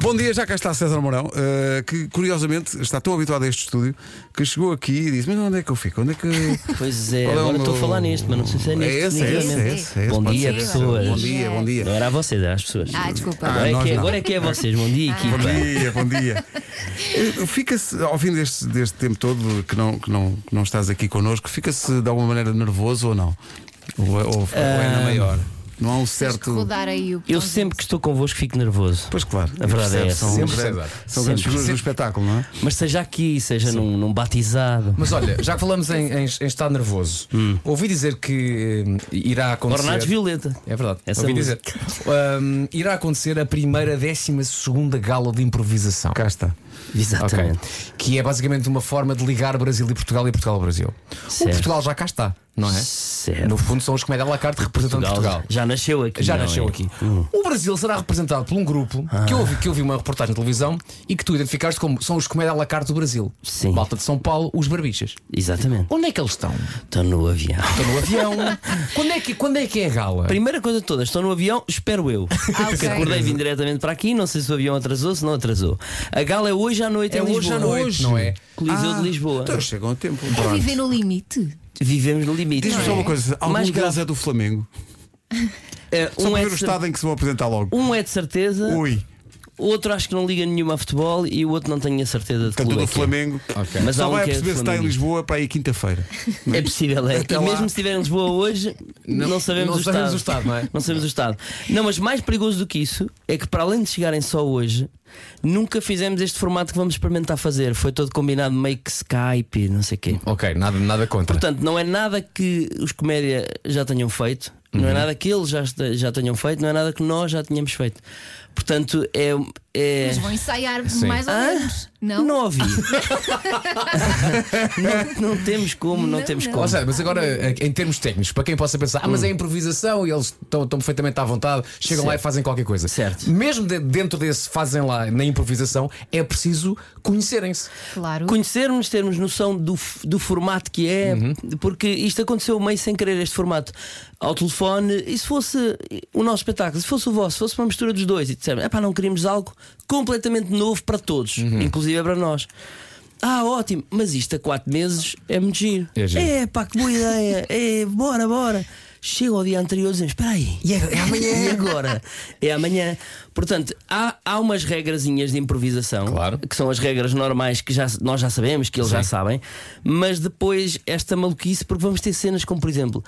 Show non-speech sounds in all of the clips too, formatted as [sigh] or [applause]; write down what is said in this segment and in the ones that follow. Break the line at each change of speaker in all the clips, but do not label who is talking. Bom dia, já cá está César Mourão, eh, que curiosamente está tão habituado a este estúdio que chegou aqui e disse: Mas onde é que eu fico? Onde é que.
Pois é,
Qual é o
agora estou a
meu-
falar nisto, mas não sei se é
É
nisto.
esse, é esse, é
definitivamente.
esse. é esse,
Bom
pode
dia,
ser.
pessoas.
Bom dia, bom dia.
Não era a vocês, era às pessoas.
Ah, desculpa. Ah.
Ah,
Agora, é
nós
que,
não.
agora é que é a vocês. Bom dia, equipa.
Bom dia, bom dia. Eh, Fica-se, ao fim deste, deste tempo todo que não, que, não, que não estás aqui connosco, fica-se de alguma maneira nervoso ou não? Ou, é- ou- ou é na
Ah.
maior? Não há um
Tens que
certo.
rodar aí o
Eu
botãozinho.
sempre que estou convosco fico nervoso.
Pois claro,
A verdade é
percebe,
essa.
São,
Sempre,
são, são
sempre.
grandes figuras do espetáculo, não é?
Mas seja aqui, seja num, num batizado.
Mas olha, já que falamos em, em- em estar nervoso,
Hum.
ouvi dizer que hum, irá acontecer.
Ornados Violeta.
É verdade,
Essa
ouvi
música.
dizer. Hum, irá acontecer a primeira, décima segunda gala de improvisação.
Cá está.
Exatamente.
Ok. Que é basicamente uma forma de ligar Brasil e Portugal e Portugal ao Brasil.
Certo.
O Portugal já cá está, não é?
Certo.
No fundo são os comédia à la carte representando
Portugal,
Portugal.
Já nasceu aqui.
Já
não
nasceu
é? Ah.
aqui. O Brasil será representado por um grupo que eu ouvi que eu vi uma reportagem na televisão e que tu identificaste como são os comédia à la carte do Brasil.
Sim.
Malta de São Paulo, os barbichas.
Exatamente.
Onde é que eles estão?
Estou no avião.
Estão no avião.
[laughs]
quando, é que, quando é que é a gala?
Primeira coisa de todas, estou no avião, espero eu.
[laughs] Ah,
Porque
ok.
acordei e vim diretamente para aqui, não sei se o avião atrasou, se não atrasou. A gala é hoje à noite
É
em
hoje
Lisboa.
à noite,
Hoje.
não é?
Coliseu de Lisboa.
Então chegam a tempo.
É
Pronto.
viver no limite.
Vivemos no limite.
Diz-me
não
só
é?
uma coisa: algum
Mais
deles
grave.
é do Flamengo.
É,
Só
um,
para
é
ver o
de,
estado em que se vão apresentar logo.
um é de certeza,
Ui,
outro acho que não liga nenhuma a futebol e o outro não tenho a certeza de que
tanto do
clube é que é.
Flamengo.
Ok.
Mas há
Só
um
vai a
que é de
perceber se está em
Flamengo.
Lisboa para aí quinta-feira.
[laughs] É possível, é.
Até
E
lá.
mesmo se estiver em Lisboa hoje, não, sabemos, o
Então não sabemos
estado.
o estado, não é?
Não sabemos o estado. Não, mas mais perigoso do que isso é que, para além de chegarem só hoje, nunca fizemos este formato que vamos experimentar fazer. Foi todo combinado meio que Skype, não sei o quê.
Ok, nada, nada contra.
Portanto, não é nada que os comédia já tenham feito,
Uhum.
não é nada que eles já, este- já tenham feito, não é nada que nós já tínhamos feito. Portanto, é. é...
Mas vão ensaiar mais ou
Hã?
menos. Não? [laughs]
Não ouvi. [laughs] não, não temos como, não,
Não,
temos
não.
como.
Ou seja, mas agora, eh, em termos técnicos, para quem possa pensar, ah,
Hum.
mas é improvisação e eles estão estão perfeitamente à vontade, chegam lá e fazem qualquer coisa.
Certo.
Mesmo de- dentro desse fazem lá na improvisação, é preciso conhecerem-se.
Claro.
conhecermos, termos noção do, f- do formato que é,
Uhum.
porque isto aconteceu meio sem querer, este formato ao telefone. E se fosse o nosso espetáculo, se fosse o vosso, se fosse uma mistura dos dois, e disseram, é pá, não queríamos algo completamente novo para todos,
Uhum.
inclusive é para nós. Ah, ótimo, mas isto a quatro meses é muito giro.
É giro.
pá, que boa ideia. É, bora, bora. Chega ao dia anterior e dizemos: Espera aí, e é amanhã? E agora? É amanhã. Portanto, há, há umas regrazinhas de improvisação
Claro.
que são as regras normais que já, nós já sabemos, que eles já sabem, mas depois esta maluquice, porque vamos ter cenas como, por exemplo,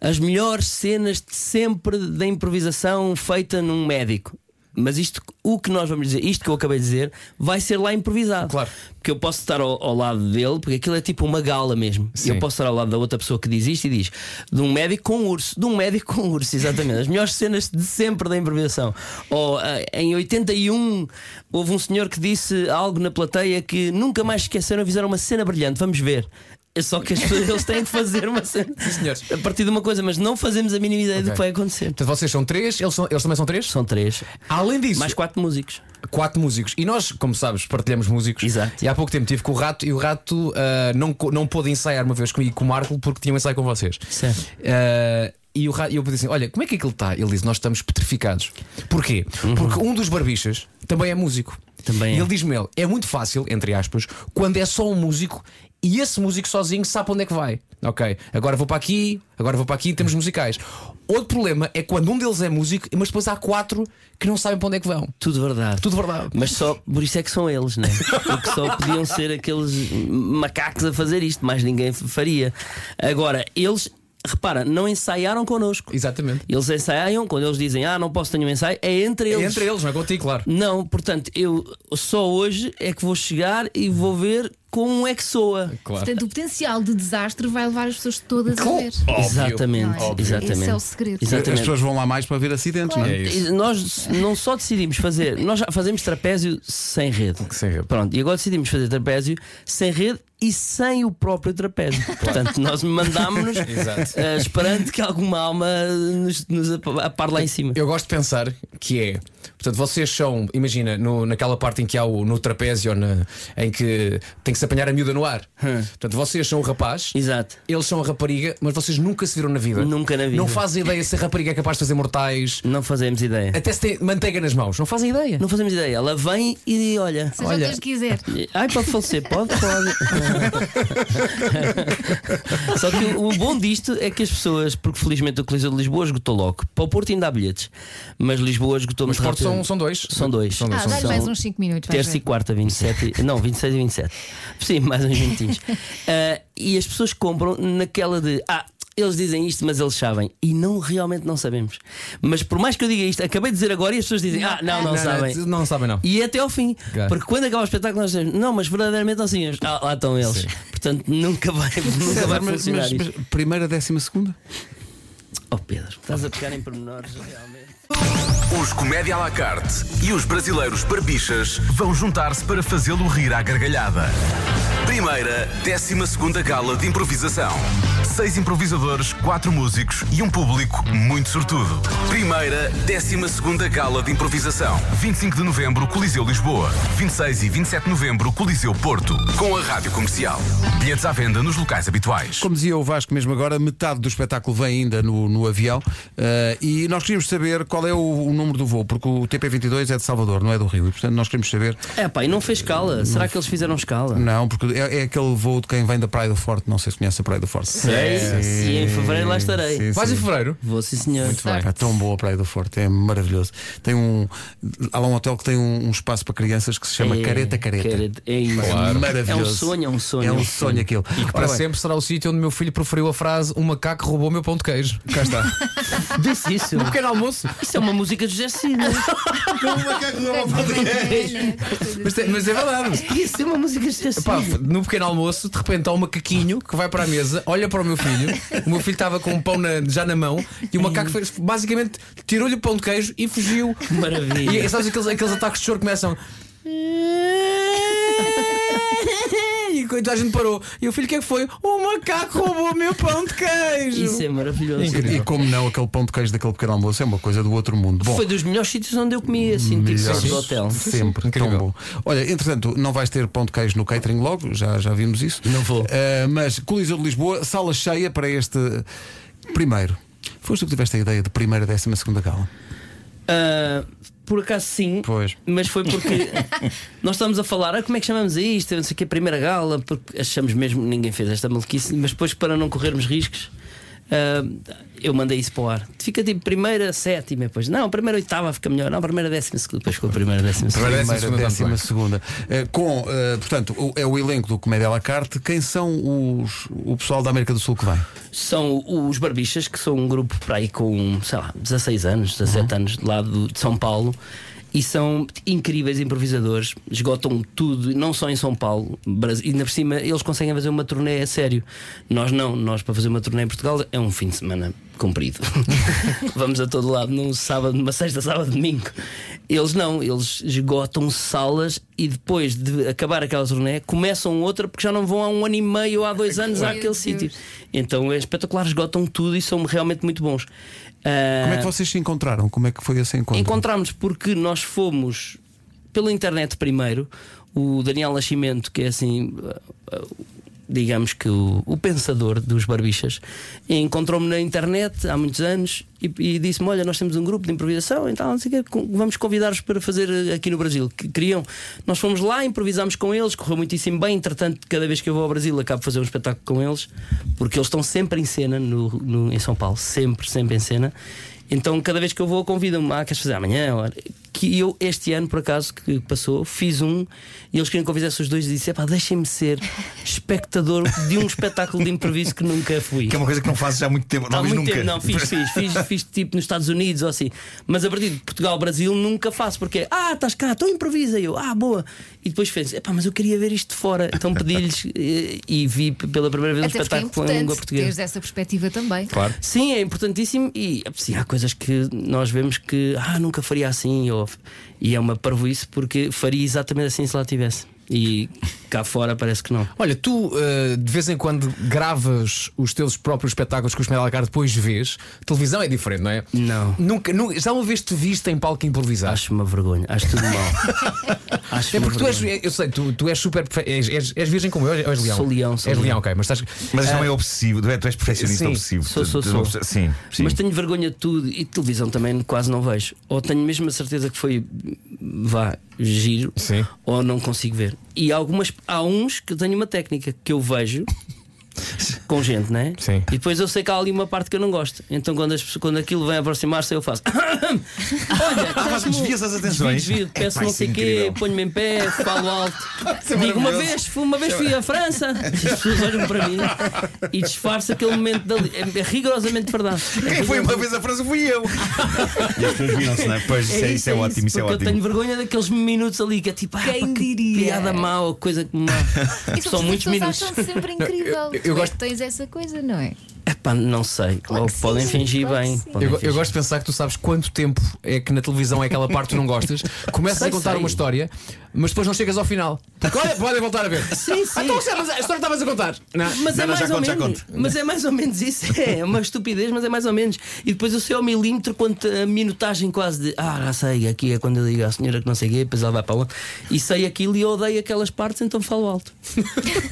as melhores cenas de sempre da improvisação feita num médico. Mas isto, o que nós vamos dizer, isto que eu acabei de dizer, vai ser lá improvisado.
Claro.
Porque eu posso estar ao, ao lado dele, porque aquilo é tipo uma gala mesmo.
Sim.
Eu posso estar ao lado da outra pessoa que diz isto e diz: de um médico com urso, de um médico com urso, exatamente. As melhores cenas de sempre da improvisação. Ou ah, em 81 houve um senhor que disse algo na plateia que nunca mais esqueceram, fizeram uma cena brilhante. Vamos ver. É só que as pessoas [laughs] eles têm que fazer uma cena
senhores.
a partir de uma coisa, mas não fazemos a mínima ideia do
Ok.
que vai acontecer.
Portanto, vocês são três, eles, são- eles também são três?
São três,
Além disso,
mais quatro músicos.
quatro músicos. E nós, como sabes, partilhamos músicos.
Exato.
E há pouco tempo tive com o Rato e o Rato ah, não, co- não pôde ensaiar uma vez comigo e com o Marco porque tinha um ensaio com vocês.
Certo.
Ah, e o Rato, e eu disse assim: Olha, como é que é que ele está? Ele disse: Nós estamos petrificados. Porquê? Porque um dos barbichas também é músico.
Uhum. Também
E
é.
ele diz-me: ele, É muito fácil, entre aspas, quando é só um músico. E esse músico sozinho sabe onde é que vai. Ok, agora vou para aqui, agora vou para aqui, temos musicais. Outro problema é quando um deles é músico, mas depois há quatro que não sabem para onde é que vão.
Tudo verdade.
Tudo verdade.
Mas só por isso é que são eles, né? Porque só podiam ser aqueles macacos a fazer isto, mais ninguém faria. Agora, eles, repara, não ensaiaram connosco.
Exatamente.
Eles ensaiam quando eles dizem, ah, não posso ter um ensaio, é entre eles.
Entre eles, não é contigo, claro.
Não, portanto, eu só hoje é que vou chegar e vou ver como é que soa.
Claro.
Portanto, o potencial de desastre vai levar as pessoas todas a ver. Não
exatamente,
é?
exatamente.
Esse é o segredo.
Exatamente.
As pessoas vão lá mais para ver acidentes, não é?
É isso.
E Nós não só decidimos fazer, nós já fazemos trapézio sem rede.
Sem rede.
Pronto, e agora decidimos fazer trapézio sem rede e sem o próprio trapézio. Portanto, nós mandámos-nos
[laughs] Exato.
eh, esperando que alguma alma nos, nos apa- apare lá em cima.
Eu gosto de pensar que é Portanto, vocês são, imagina, no- naquela parte em que há o, no trapézio, na- em que tem que se apanhar a miúda no ar.
Hum.
Portanto, vocês são o rapaz.
Exato.
Eles são a rapariga, mas vocês nunca se viram na vida.
Nunca na vida.
Não fazem ideia se a rapariga é capaz de fazer mortais.
Não fazemos ideia.
Até se tem manteiga nas mãos. Não fazem ideia.
Não fazemos ideia. Ela vem e olha.
Seja o
Olha.
que Deus quiser.
Ai, pode falecer, pode, pode. Só que o bom disto é que as pessoas, porque felizmente o Coliseu de Lisboa esgotou logo. Para o Porto ainda há bilhetes, mas um Lisboa esgotou
Mas
muito
Porto são,
rápido.
são dois.
São dois.
São dois.
Ah,
são
dá-lhe
dois.
mais uns 5 minutos. vais
Terça e
ver.
quarta, 27 e- Não, 26 e 27 Sim, mais uns minutinhos [laughs] Ah, E as pessoas compram naquela de Ah, eles dizem isto, mas eles sabem E não, realmente não sabemos Mas por mais que eu diga isto, acabei de dizer agora E as pessoas dizem, ah, não, não, sabem
Não, não sabem, não.
E até ao fim,
Ok.
porque quando acaba o espetáculo nós dizemos Não, mas verdadeiramente não sabemos Ah, lá estão eles Portanto,
[laughs]
nunca vai, nunca vai
mas,
funcionar
mas-
isto
mas primeira, décima segunda?
Oh Pedro, estás a pegar em pormenores realmente
Os Comédia à la carte e os brasileiros barbichas vão juntar-se para fazê-lo rir à gargalhada. Primeira, décima segunda gala de improvisação. Seis improvisadores, quatro músicos e um público muito sortudo. Primeira, décima segunda gala de improvisação. 25 de novembro, Coliseu Lisboa. 26 e 27 de novembro, Coliseu Porto. Com a rádio comercial. Bilhetes à venda nos locais habituais.
Como dizia o Vasco mesmo agora, metade do espetáculo vem ainda no, no avião eh, e nós queríamos saber qual é o, o número do voo, porque o TP22 é de Salvador, não é do Rio, e portanto nós queremos saber.
É pá, e não fez escala Será que eles fizeram escala?
Não, porque é, é aquele voo de quem vem da Praia do Forte, não sei se conhece a Praia do Forte.
Sei, É e em fevereiro lá estarei
É, Sim,
Vais
sim.
em fevereiro?
Vou sim senhor
Muito bem. Pá, tão boa a Praia do Forte, é maravilhoso. Tem um. Há lá um hotel que tem um, um espaço para crianças que se chama
É,
Careta Careta.
É, isso.
Claro. Maravilhoso.
É um sonho, é um sonho.
É um sonho aquilo.
E que para sempre será o sítio onde meu filho proferiu a frase: Um macaco roubou o meu pão de queijo. Cá está.
[laughs] Disse isso.
Um pequeno almoço.
Isso é uma música de Jacinto.
é
[laughs]
Mas, é- mas é verdade.
Podia ser uma música de Jacinto.
Pá, no pequeno almoço, de repente há um macaquinho que vai para a mesa, olha para o meu filho. O meu filho estava com um pão na- já na mão e o macaco fez, basicamente tirou-lhe o pão de queijo e fugiu.
Maravilha.
E é- sabes aqueles, aqueles ataques de choro que começam. E quando a gente parou, e o filho o que é que foi? O macaco roubou o meu pão de queijo.
Isso é maravilhoso.
E como não, aquele pão de queijo daquele pequeno almoço é uma coisa do outro mundo. Bom,
Foi dos melhores sítios onde eu comia, assim, tipo
Melhores
fora do hotel.
Sempre, tão
Incrível.
bom. Olha, entretanto, não vais ter pão de queijo no catering logo, já, já vimos isso.
Não vou.
Ah, mas Coliseu de Lisboa, sala cheia para este primeiro. Foste tu que tiveste a ideia de primeira, décima segunda gala?
Ah, por acaso sim.
Pois.
Mas foi porque
[laughs]
nós estamos a falar, ah, como é que chamamos a isto? Não sei o que, a primeira gala, porque achamos mesmo que ninguém fez esta maluquice, mas depois para não corrermos riscos. ah, eu mandei isso para o ar. Fica tipo primeira, sétima, depois não, primeira, oitava fica melhor, não, primeira, décima, segunda, depois com a primeira, décima, segunda.
Primeira, décima, segunda,
décima
vamos
segunda. Ah, com, ah, portanto, o- é o elenco do Comédia à la carte. Quem são os, o pessoal da América do Sul que vem?
São os Barbichas, que são um grupo para aí com, sei lá, 16 anos, 17
Uhum.
anos, de lá do- de São Paulo. E são incríveis improvisadores, esgotam tudo, não só em São Paulo, Brasil, e ainda por cima eles conseguem fazer uma turnê a sério. Nós não, nós para fazer uma turnê em Portugal é um fim de semana
[laughs]
comprido. Vamos a todo lado num sábado, numa sexta, sábado, domingo. Eles não, eles esgotam salas e depois de acabar aquela turnê começam outra porque já não vão há um ano e meio ou há dois anos
Claro.
àquele
Meu
sítio.
Deus.
Então é espetacular, esgotam tudo e são realmente muito bons. Ah,
Como é que vocês se encontraram? Como é que foi esse encontro?
Encontramos porque nós fomos pela internet primeiro. O Daniel Nascimento, que é assim, ah, ah, digamos que o, o pensador dos barbichas, encontrou-me na internet há muitos anos e, e disse-me: Olha, nós temos um grupo de improvisação, então não sei o quê, com- vamos convidar-os para fazer eh, aqui no Brasil. Que queriam. Nós fomos lá, improvisámos com eles, correu muitíssimo bem. Entretanto, cada vez que eu vou ao Brasil, acabo de fazer um espetáculo com eles, porque eles estão sempre em cena no- no- em São Paulo, sempre, sempre em cena. Então, cada vez que eu vou, convidam-me, ah, queres fazer amanhã? Ora, Que eu, este ano, por acaso, que passou, fiz um e eles queriam que eu fizesse os dois e disse: pá, deixem-me ser espectador de um espetáculo de improviso que nunca fui.
Que é uma coisa que não fazes já há muito tempo.
Há
talvez
muito
nunca.
tempo, não, fiz, fiz, fiz, fiz tipo nos Estados Unidos ou assim. Mas a partir de Portugal, Brasil, nunca faço, porque é, ah, estás cá, então improvisa E eu, ah, boa. E depois fez, epá, mas eu queria ver isto de fora. Então pedi-lhes eh, e vi p- pela primeira vez um
Até porque é
espetáculo com a língua
importante
portuguesa.
teres essa perspectiva também.
Claro.
Sim, é importantíssimo e sim, há coisas que nós vemos que ah, nunca faria assim, ou, e é uma parvoíce porque faria exatamente assim se lá tivesse. E Cá fora parece que não.
Olha, tu eh, de vez em quando gravas os teus próprios espetáculos com os Comédia à la Carte, depois vês. Televisão é diferente, não é?
Não.
Nunca, nunca, já uma vez te viste em palco improvisar?
Acho uma vergonha, acho tudo mal. [laughs] acho
É
uma
porque tu és,
vergonha.
eu sei, tu, tu és super. perfe- És, és, és virgem como eu, és leão.
Sou leão, sou
és leão,
leão.
ok, mas estás. Ah,
Mas isso não é obsessivo, tu és, tu és perfeccionista
sim,
obsessivo.
Ah. sou, sou,
Tu- tu-
sou.
Sim, sim.
Mas tenho vergonha de tudo e televisão também quase não vejo. Ou tenho mesmo a certeza que foi vá, giro,
Sim.
ou não consigo ver. E algumas, há uns que eu tenho uma técnica que eu
[laughs]
vejo com gente, né?
Sim.
E depois eu sei que há ali uma parte que eu não gosto. Então quando, as, pessoas- quando aquilo vem aproximar-se, eu faço. Olha,
fazes- Ah, desvias as atenções.
Desvio, desvio, peço
Epá,
não
isso é
sei o quê,
incrível. é
ponho-me em
[laughs]
pé, falo alto. Digo uma vez, fui- uma vez fui à França, e as pessoas olham para mim e disfarça aquele momento dali. É, é rigorosamente verdade. É
Quem foi uma vez à França fui eu. e as pessoas viram-se, não é? Pois, isso, é, isso é ótimo, isso é
porque eu tenho
ótimo.
vergonha daqueles minutos ali que é tipo, ah,
Quem
pá, que
diria?
piada má ou coisa que má.
[laughs] E
São muitos minutos.
Acham sempre incrível.
eu- eu
Tu é
gosto-
que Tens essa coisa, não é?
Epá, não sei.
Claro
ou
que sim,
podem fingir
claro
bem.
que sim.
podem
Eu, go- eu
fingir.
gosto de pensar que tu sabes quanto tempo é que na televisão é aquela parte que tu não
[laughs]
gostas, começas
Sei,
a contar
sei.
uma história, mas depois não chegas ao final. Porque olha, podem voltar a ver. Sim, sim. Então, mas a história que estavas a contar. Não.
Mas
Não,
é
não,
mais
já
ou
conto, já
menos. Mas é mais ou menos isso. É uma estupidez, mas é mais ou menos. E depois eu sei ao milímetro quanto a minutagem quase de ah, já sei, aqui é quando eu digo à senhora que não sei o quê, depois ela vai para lá. E sei aquilo e eu odeio aquelas partes, então falo alto.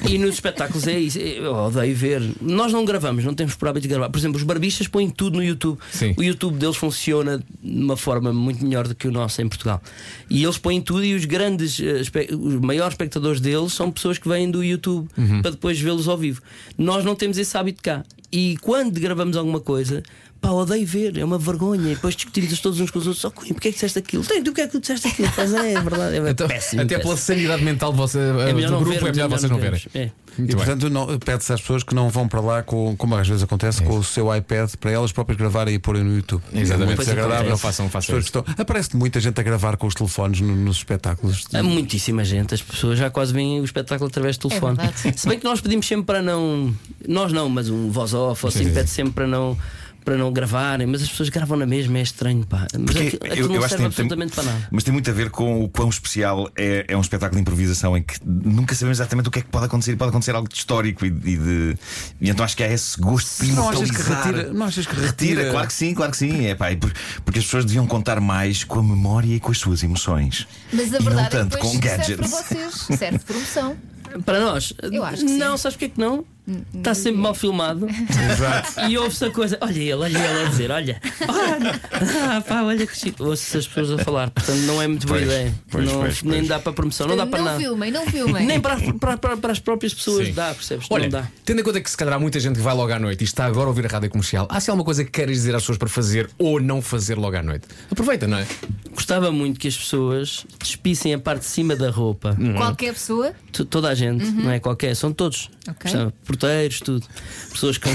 e nos espetáculos é isso. Eu odeio ver. Nós não gravamos, não temos por hábito de gravar. Por exemplo, os barbistas põem tudo no YouTube.
Sim.
O YouTube deles funciona de uma forma muito melhor do que o nosso em Portugal. E eles põem tudo e os grandes, eh, espe- os maiores espectadores deles são pessoas que vêm do YouTube
Uhum.
para depois vê-los ao vivo. Nós não temos esse hábito cá. E quando gravamos alguma coisa, pá, odeio ver, é uma vergonha. E depois discutimos todos uns com os outros, só Cunha, porque é que disseste aquilo? Tem, do que é que tu disseste aquilo? Pois é, é verdade, é
Então,
péssimo.
até pela
péssimo.
sanidade mental de você,
É melhor
do
não
grupo,
vermos,
é melhor vocês não verem.
vermos. É.
E
Muito bem.
portanto não- pede-se às pessoas que não vão para lá, com, como às vezes acontece, com o seu iPad para elas próprias gravarem e porem no YouTube.
Exatamente.
É muito
Pois
desagradável.
acontece. Não façam- façam
As pessoas que estão- Aparece muita gente a gravar com os telefones no- nos espetáculos.
Há muitíssima gente, as pessoas já quase veem o espetáculo através do telefone.
É
[laughs]
verdade.
Se bem que nós pedimos sempre para não. Nós não, mas um voz off ou assim pede sempre para não. Para não gravarem, mas as pessoas gravam na mesma, é estranho, pá. Mas aquilo, aquilo é não serve absolutamente para nada.
Mas tem muito a ver com o quão especial é, é um espetáculo de improvisação em que nunca sabemos exatamente o que é que pode acontecer e pode acontecer algo de histórico e, de, e de- e então acho que há esse gosto de
Não achas que
imortalizar.
retira- não achas que retira-
Retira, claro que sim, claro que sim. É, pá, e por- porque as pessoas deviam contar mais com a memória e com as suas emoções.
Mas a
e não
verdade é que
tanto
depois
com
serve para
gadgets.
vocês, serve de promoção.
Para nós,
Eu acho que
não,
sim. Hum,
sabes porque é que não? Está sempre mal filmado e ouve-se a coisa. Olha ele, olha ele a dizer, olha, olha, ah, pá, olha que chique. Ouço as pessoas a falar, portanto não é muito boa
Pois,
ideia.
pois,
não,
pois,
nem
pois.
dá para promoção, não dá para nada.
filmem, não filmem.
Nem para, para, para, para as próprias pessoas
Sim.
dá, percebes?
Olha,
não dá.
tendo em conta que se calhar há muita gente que vai logo à noite e está agora a ouvir a rádio comercial, há se alguma coisa que queres dizer às pessoas para fazer ou não fazer logo à noite? Aproveita, não é?
Gostava muito que as pessoas despissem a parte de cima da roupa.
Qualquer pessoa.
T- Toda a gente, não é qualquer, são todos.
Ok.
Gostava. Porteiros, tudo. Pessoas com.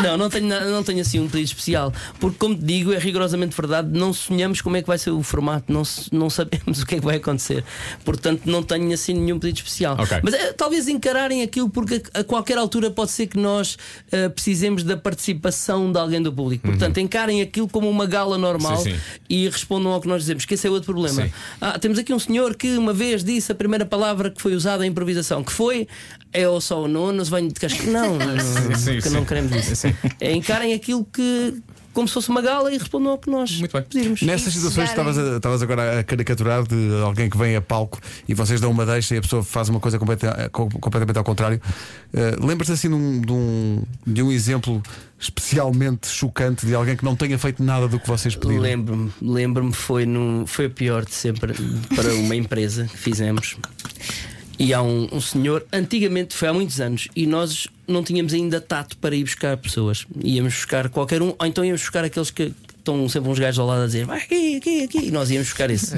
não, não tenho, nada- não tenho assim um pedido especial. Porque, como te digo, é rigorosamente verdade, não sonhamos como é que vai ser o formato, não, se- não sabemos [laughs] o que é que vai acontecer. Portanto, não tenho assim nenhum pedido especial.
Ok.
Mas eh, talvez encararem aquilo, porque a a qualquer altura pode ser que nós eh, precisemos da participação de alguém do público. Portanto, encarem aquilo como uma gala normal
Uhum. Sim, sim.
e respondam ao que nós dizemos, que esse é outro problema.
Sim.
Ah, temos aqui um senhor que uma vez disse a primeira palavra que foi usada em improvisação, que foi eu sou o nono, venho de Cascais. Não, não,
sim,
porque
sim.
não queremos isso.
Sim.
É, Encarem aquilo que como se fosse uma gala e respondam ao que nós
Muito bem.
pedirmos.
Nessas
E
situações
chegarem-
estavas a- estavas agora a caricaturar de alguém que vem a palco e vocês dão uma deixa e a pessoa faz uma coisa completa- co- completamente ao contrário. Uh, Lembras-te assim de um, de, um, de um exemplo especialmente chocante de alguém que não tenha feito nada do que vocês pediram?
Lembro-me, lembro-me, foi, no, foi o pior de sempre para uma empresa que fizemos. E há um, um senhor, antigamente foi há muitos anos, e nós não tínhamos ainda tato para ir buscar pessoas. Íamos buscar qualquer um, ou então íamos buscar aqueles que estão sempre uns gajos ao lado a dizer vai aqui, aqui, aqui, e nós íamos buscar esse.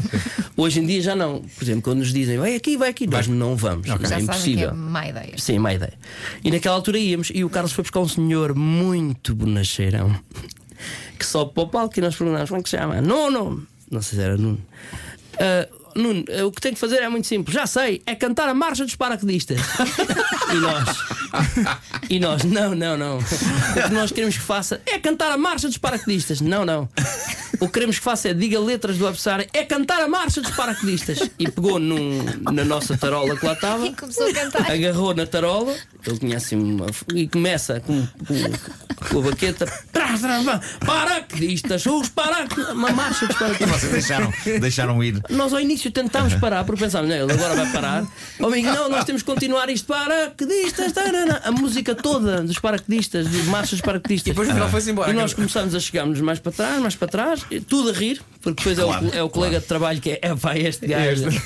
Hoje em dia já não. Por exemplo, quando nos dizem vai aqui, vai aqui, nós não vamos. Isso
Já
é
sabem que
impossível.
é má ideia.
Sim, má ideia. E naquela altura íamos e o Carlos foi buscar um senhor muito bonacheirão que sobe para o palco e nós perguntámos como é que se chama? Nuno! Não sei se era Nuno. Ah, Nuno, ah, o que tem que fazer é muito simples, já sei, é cantar a marcha dos paraquedistas. e nós. E nós, não, não, não. O que nós queremos que faça é cantar a marcha dos paraquedistas. Não, não. O que queremos que faça é diga letras do adversário, é cantar a marcha dos paraquedistas. E pegou num- na nossa tarola que lá estava,
E começou a cantar.
agarrou na tarola, ele conhece uma, e começa com, com, com a baqueta, trás, trás, vá, paraquedistas, os paraquedistas, uma marcha dos paraquedistas.
Vocês deixaram, deixaram ir.
Nós ao início tentámos parar porque pensávamos, não, ele agora vai parar. Ó amigo, não, nós temos que continuar isto. Paraquedistas, tarana. a música toda dos paraquedistas, dos marchas dos paraquedistas. E
depois no final foi-se embora.
E nós começámos a chegarmos mais para trás, mais para trás, e tudo a rir, porque depois é o- é,
Claro,
o, colega de trabalho que é, é pá, este gajo. [laughs]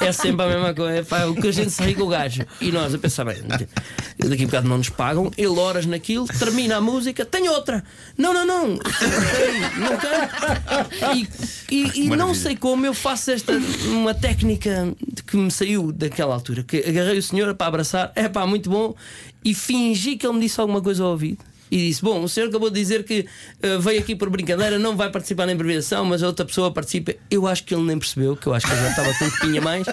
É sempre a mesma coisa, é pá, o que a gente se ri com o gajo. E nós a pensar, bem, daqui a bocado não nos pagam, ele horas naquilo, termina a música, tem outra. Não, não, não, Peraí, não quero. E- E, e não
Maravilha.
sei como eu faço esta uma técnica de que me saiu daquela altura, que agarrei o senhor para abraçar, é pá, muito bom, e fingi que ele me disse alguma coisa ao ouvido. E disse: Bom, o senhor acabou de dizer que eh, veio aqui por brincadeira, não vai participar na improvisação, mas a outra pessoa participa. Eu acho que ele nem percebeu, que eu acho que ele já estava com um copinho a mais.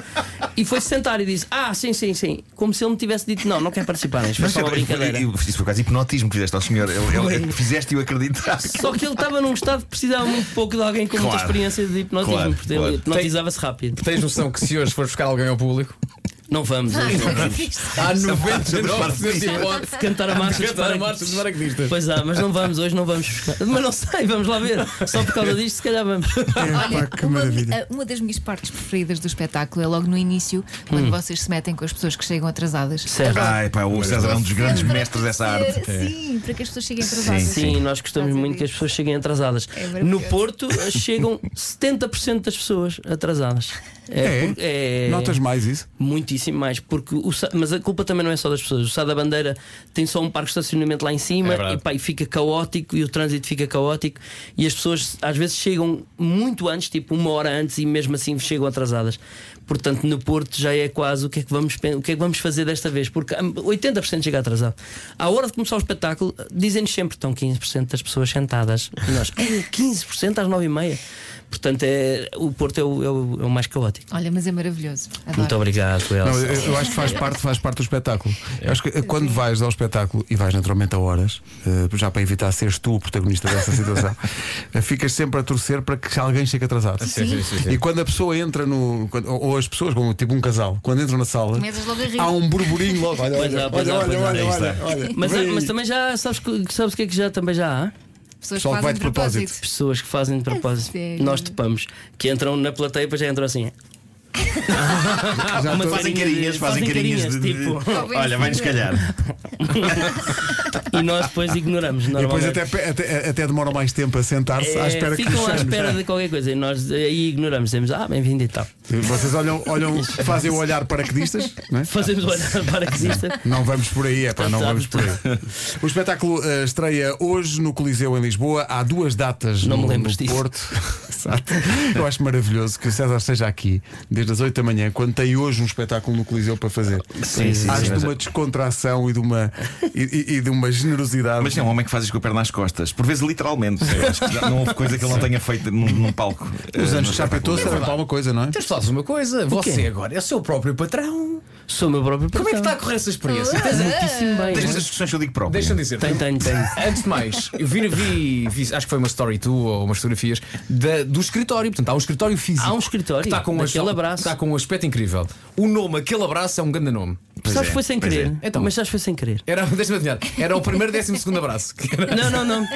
E foi-se sentar e disse: Ah, sim, sim, sim. Como se ele me tivesse dito: Não, não quer participar, isto foi só uma brincadeira.
Isso foi quase hipnotismo que fizeste ao senhor. Ele, ele, fizeste-o [laughs] acreditar.
Só que ele estava num estado que precisava muito pouco de alguém com muita
Claro.
experiência de hipnotismo,
Claro,
porque
claro.
ele hipnotizava-se rápido.
Tens noção que se hoje fores buscar alguém ao público,
Não vamos,
[laughs]
hoje não vamos.
há
é
99% de hipótese
Cantar a marcha
de
dos
cantar a marcha
paraquedistas.
dos paraquedistas.
Pois há, mas não vamos, hoje não vamos. Mas não sei, vamos lá ver. Só por causa disto, se calhar vamos.
Olha,
que
uma,
maravilha.
a- uma das minhas partes preferidas do espetáculo é logo no início, quando vocês se metem com as pessoas que chegam atrasadas.
Certo.
Ai, pá, o César é um dos grandes mestres dessa arte.
Sim, para que as pessoas cheguem atrasadas.
Sim, nós gostamos
Fazem
muito que as pessoas cheguem atrasadas.
É maravilhoso.
no Porto eh, chegam 70% das pessoas atrasadas.
É?
por-
Notas mais isso?
Muitíssimo mais, porque o Sá- mas a culpa também não é só das pessoas. O Sá da Bandeira tem só um parque de estacionamento lá em cima e, pá, e fica caótico e o trânsito fica caótico e as pessoas às vezes chegam muito antes, tipo uma hora antes, e mesmo assim chegam atrasadas. Portanto, no Porto já é quase o que é que vamos, pen- o que é que vamos fazer desta vez, porque hum, 80% chega atrasado. À hora de começar o espetáculo, dizem-nos sempre estão 15% das pessoas sentadas. E nós, "É, "Ei, 15% às 9h30. Portanto, é, o Porto é o, é o- é o mais caótico.
Olha, mas é maravilhoso. Adoro.
Muito obrigado, Elsa.
Não, eu, eu acho que faz parte, faz parte do espetáculo. Eu acho que eh, quando vais ao espetáculo e vais naturalmente a horas, eh, já para evitar seres tu o protagonista dessa situação, [laughs] eh, ficas sempre a torcer para que alguém chegue atrasado.
sim, sim, sim.
E quando a pessoa entra no. quando- ou ou as pessoas, como tipo um casal, quando entram na sala,
Começas logo a rir.
há um burburinho logo. Olha,
Pois
olha,
é, pois
olha,
é,
olha,
pois é,
olha,
aí
olha, olha.
Mas,
vem aí.
mas também já sabes, que- sabes o que é que já também já há?
Pessoas
Pessoal que vai de
fazem de
propósito.
propósito.
Pessoas que fazem de propósito.
sério?
Nós topamos. Que entram na plateia e depois já entram assim.
Já
Uma
estou-
Fazem carinhas, fazem carinhas, de. de- [laughs]
tipo.
Olha, vai-nos calhar.
e nós depois ignoramos.
E depois
Normalmente.
até, pe- até, até demoram mais tempo a sentar-se à
É,
espera que
ficam à
os chames.
espera de qualquer coisa e nós aí ignoramos. Dizemos, ah, bem-vindo e tal.
[laughs] Vocês olham, olham, fazem o olhar paraquedistas, não é?
Fazemos o olhar para que exista.
Não vamos por aí, é pá, não
Tá
vamos por aí. O espetáculo eh, estreia hoje no Coliseu em Lisboa. Há duas datas
Não me
no,
lembro
no
disso.
Porto. [laughs] Exato. Eu acho maravilhoso que o César esteja aqui desde as 8 da manhã, quando tem hoje um espetáculo no Coliseu para fazer.
Sim, sim,
acho
sim, mas- é-
de uma descontração e de uma, e, e- e de uma generosidade.
Mas é um homem que faz isto com a perna nas costas. Por vezes, literalmente. Eu acho que já não houve coisa que ele não tenha feito num, num palco.
Os
Eh,
anos
no
de Chapetou
espetáculo.
serão para uma coisa, não é?
Tens de falar uma coisa, você agora é o seu próprio patrão.
Sou o meu próprio
Como é que está a
patrão.
correr essa experiência?
Tens muitíssimo bem.
Tens as discussões que eu digo próprio.
Deixa-me dizer.
Tenho, tenho, tenho.
Antes de mais, eu vi, vi, vi- acho que foi uma story tu ou umas fotografias da- do escritório. Portanto, há um escritório físico.
Há um escritório,
que está com um
daquele
aspecto-
abraço.
Está com um aspecto incrível. O nome, aquele abraço, é um grande nome.
Sabes
é,
que foi sem
pois é.
querer.
Então.
Mas sabes que foi sem querer.
Era, [laughs] deixa-me adivinhar, era o primeiro décimo segundo abraço. Que era-
Não, não, não.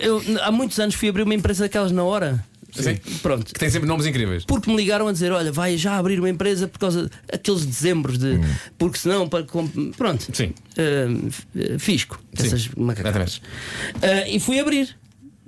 Eu, há muitos anos fui abrir uma empresa daquelas na hora.
Sim.
Pronto.
que tem sempre nomes incríveis.
Porque me ligaram a dizer: olha, vai já abrir uma empresa por causa daqueles dezembros de. Porque senão. Para, com- pronto.
Hum. Sim.
Ah, f- ah, fisco.
Sim.
Essas macacadas. Ah, e fui abrir.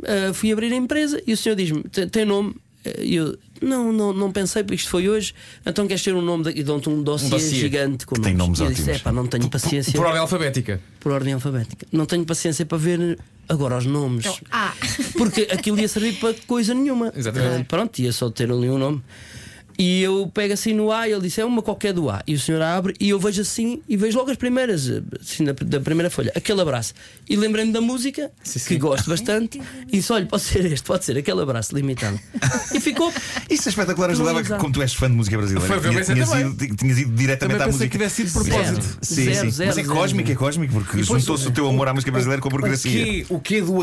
Ah, fui abrir a empresa e o senhor diz-me: "Tem- tem nome? Ah, E eu. Não, não, não pensei, porque isto foi hoje. Então queres ter um nome da- e dão-te um dossiê,
dossiê
gigante com
que tem nomes
E eu disse,
ótimos.
"Epá, não tenho paciência
Por ordem alfabética.
por ordem alfabética. Não tenho paciência para ver agora os nomes.
Ah,
[laughs] Porque aquilo ia servir para coisa nenhuma.
Exatamente.
Ah, Pronto, ia só ter ali um nome. E eu pego assim no A e ele disse: É uma qualquer do A. E o senhor abre e eu vejo assim e vejo logo as primeiras, eh, assim, na- da primeira folha, aquele abraço. E lembrei-me da música, que gosto bastante, e disse: Olha, pode ser este, pode ser aquele abraço limitado. e ficou.
Isso é espetacular, Angela, que
Valorizar.
como tu és fã de música brasileira,
Foi o que eu
tinha-
pensei
tinhas,
também.
ido, tinhas ido
Também
diretamente à
pensei
música.
que tivesse ido de
Sim.
propósito.
Sim,
Zero,
sim.
zero,
Mas é
zero.
cósmico, é cósmico, porque
depois-
juntou-se o teu amor à música brasileira com a burocracia.
O que, o que do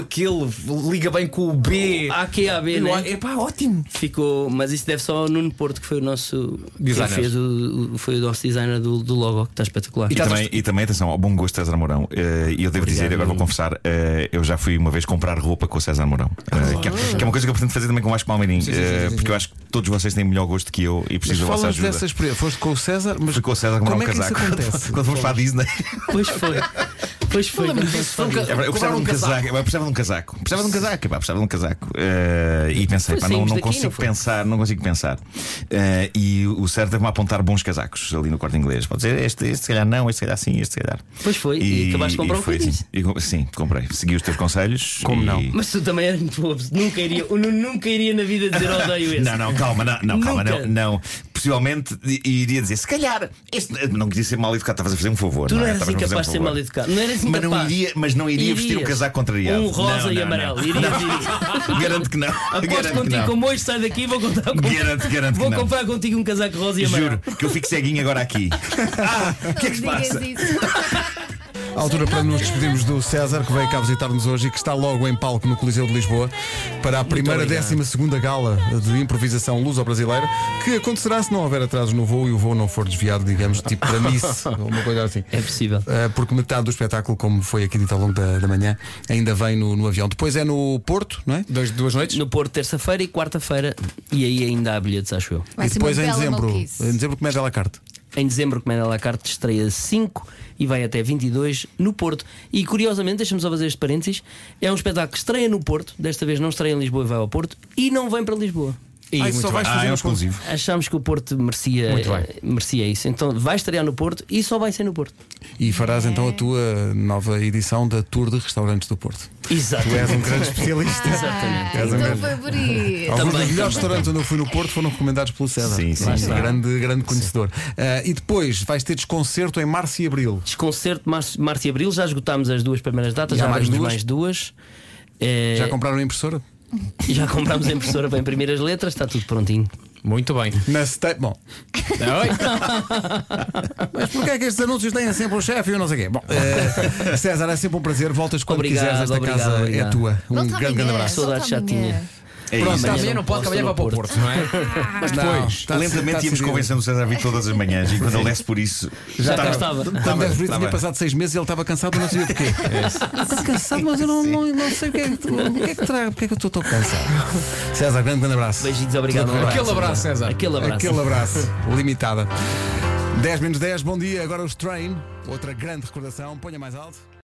aquele liga bem com o B.
A, Q, A, B, né?
Epá, ótimo.
Ficou, mas isso deve só ao Nuno Porto, que foi o nosso.
Designer.
Quem fez o, o- foi o nosso designer do, do logo, que está espetacular.
E tá- também, e também, atenção, ao bom gosto de César Mourão. Eh, E eu devo dizer, agora vou confessar, eh, eu já fui uma vez comprar roupa com o César Mourão. Eh, que, é- que é uma coisa que eu pretendo fazer também com o Vasco Palmeirinho.
sim, sim,
eh,
sim,
Porque eu acho que todos vocês têm melhor gosto que eu e preciso da vossa
Falas
ajuda.
dessa experiência. Foste com o César, mas
Fui com o César a comprar
como
um
é que isso
casaco. [laughs]
acontece?
Quando fomos para a Disney,
Pois foi. Pois foi. quando foi
Foi um
fazer.
ca-
eu precisava de um casaco. Eu precisava de um casaco. Precisava de um casaco. pá, Precisava de um casaco. Eh, E pensei,
Foi,
pá, não,
saímos
não
daqui,
consigo
não foi?
pensar, não consigo pensar. Eh, E o César teve-me a apontar bons casacos ali no corte inglês. Pode dizer, este, este se calhar não, este se calhar sim, este se calhar.
Pois foi, e acabaste de comprar um o
e
que
foi
eu
assim.
disse.
E com- sim, comprei. Segui os teus conselhos.
Como
e-
não?
Mas tu também eras muito bobo. Nunca iria, o Nuno nunca iria na vida dizer odeio esse.
Não, não, calma, não, não, calma, não,
Nunca.
não. Possivelmente i- iria dizer, se calhar, este eh, não queria ser mal educado, estavas a fazer um favor.
Tu não
é?
eras
Estavas a fazer
incapaz de
um
ser
favor.
mal educado. Não eras
Mas
incapaz.
não iria, mas não iria vestir o
Irias.
casaco contrariado.
Um rosa
Não,
e
não,
amarelo.
não.
Irias,
Não. [laughs]
irias.
Garanto que não.
Aposto
Garanto que
contigo,
não.
como hoje sai daqui, vou contar com...
Garanto, garanto que
Vou
não.
comprar contigo um casaco rosa e amarelo.
Juro que eu fico ceguinho agora aqui. Ah, o que é que se
Digas
passa?
isso.
A altura para nos despedirmos do César, que veio cá visitar-nos hoje e que está logo em palco no Coliseu de Lisboa para a primeira,
obrigado.
décima segunda gala de improvisação luso-brasileira, que acontecerá se não houver atrasos no voo e o voo não for desviado, digamos, tipo para Nice, ou uma coisa assim.
É possível.
Uh, porque metade do espetáculo, como foi aqui dito ao longo da, da manhã, ainda vem no, no avião. Depois é no Porto, não é?
Dois, duas noites?
No Porto, terça-feira e quarta-feira. E aí ainda há bilhetes, acho eu.
Vai
e
ser uma
depois é em
bela
dezembro,
maluquice.
em dezembro começa a carta.
Em dezembro, Comédia à la carte estreia 5 e vai até 22 no Porto. E curiosamente, deixa-me só fazer este parênteses: é um espetáculo que estreia no Porto, desta vez não estreia em Lisboa e vai ao Porto, e não vem para Lisboa.
E
Ai,
muito
só
bem.
vais
Ah,
fazer
é um
um
exclusivo.
Achámos que o Porto merecia,
Muito bem.
eh, merecia isso. Então vai estrear no Porto e só vai ser no Porto.
E farás então a tua nova edição da Tour de Restaurantes do Porto.
Exato.
Tu és um grande especialista.
Ah,
Exatamente.
És um
Então
grande-
favorito.
Alguns
Também,
dos melhores
também.
restaurantes onde eu fui no Porto foram recomendados pelo César.
Sim, sim,
Lá
sim.
está. Grande, grande conhecedor. Ah, e depois vais ter desconcerto em março e abril.
Desconcerto, março, março e abril, já esgotámos as duas primeiras datas,
E há
já
mais
abrimos
duas?
mais duas. Eh,
Já compraram a impressora?
[laughs] já comprámos a impressora para imprimir as letras, está tudo prontinho.
Muito bem.
Na sta- Bom,
Oi.
[laughs] mas porquê é que estes anúncios têm sempre o chefe e eu não sei o quê? Bom, eh, César, é sempre um prazer. Voltas quando
Obrigado,
quiseres. Esta
obrigado,
casa é
obrigado.
tua. Um
Volta
grande, grande
amanhã,
abraço.
volta
Saudades já
amanhã.
tinha.
É
Pronto,
isso.
Amanhã
amanhã
não
não pode,
posso
amanhã
no
vai para o Porto, não é?
Mas
Lentamente íamos convencendo o César a vir todas as manhãs e quando ele desce por isso. tá
Já cá estava.
Quando Death Grips
estava.
tinha passado seis meses e ele estava cansado, eu não sabia porquê. Está Tá cansado, mas eu não, não, não sei o que é que, o que, é que trago, porque é que eu estou tão cansado. [laughs] César, grande, grande abraço.
Beijinhos, obrigado.
Aquele
Aquele abraço, César.
Aquele um abraço.
Aquele abraço, limitada. 10 menos 10, bom dia. Agora os Train, outra grande recordação. Ponha mais alto.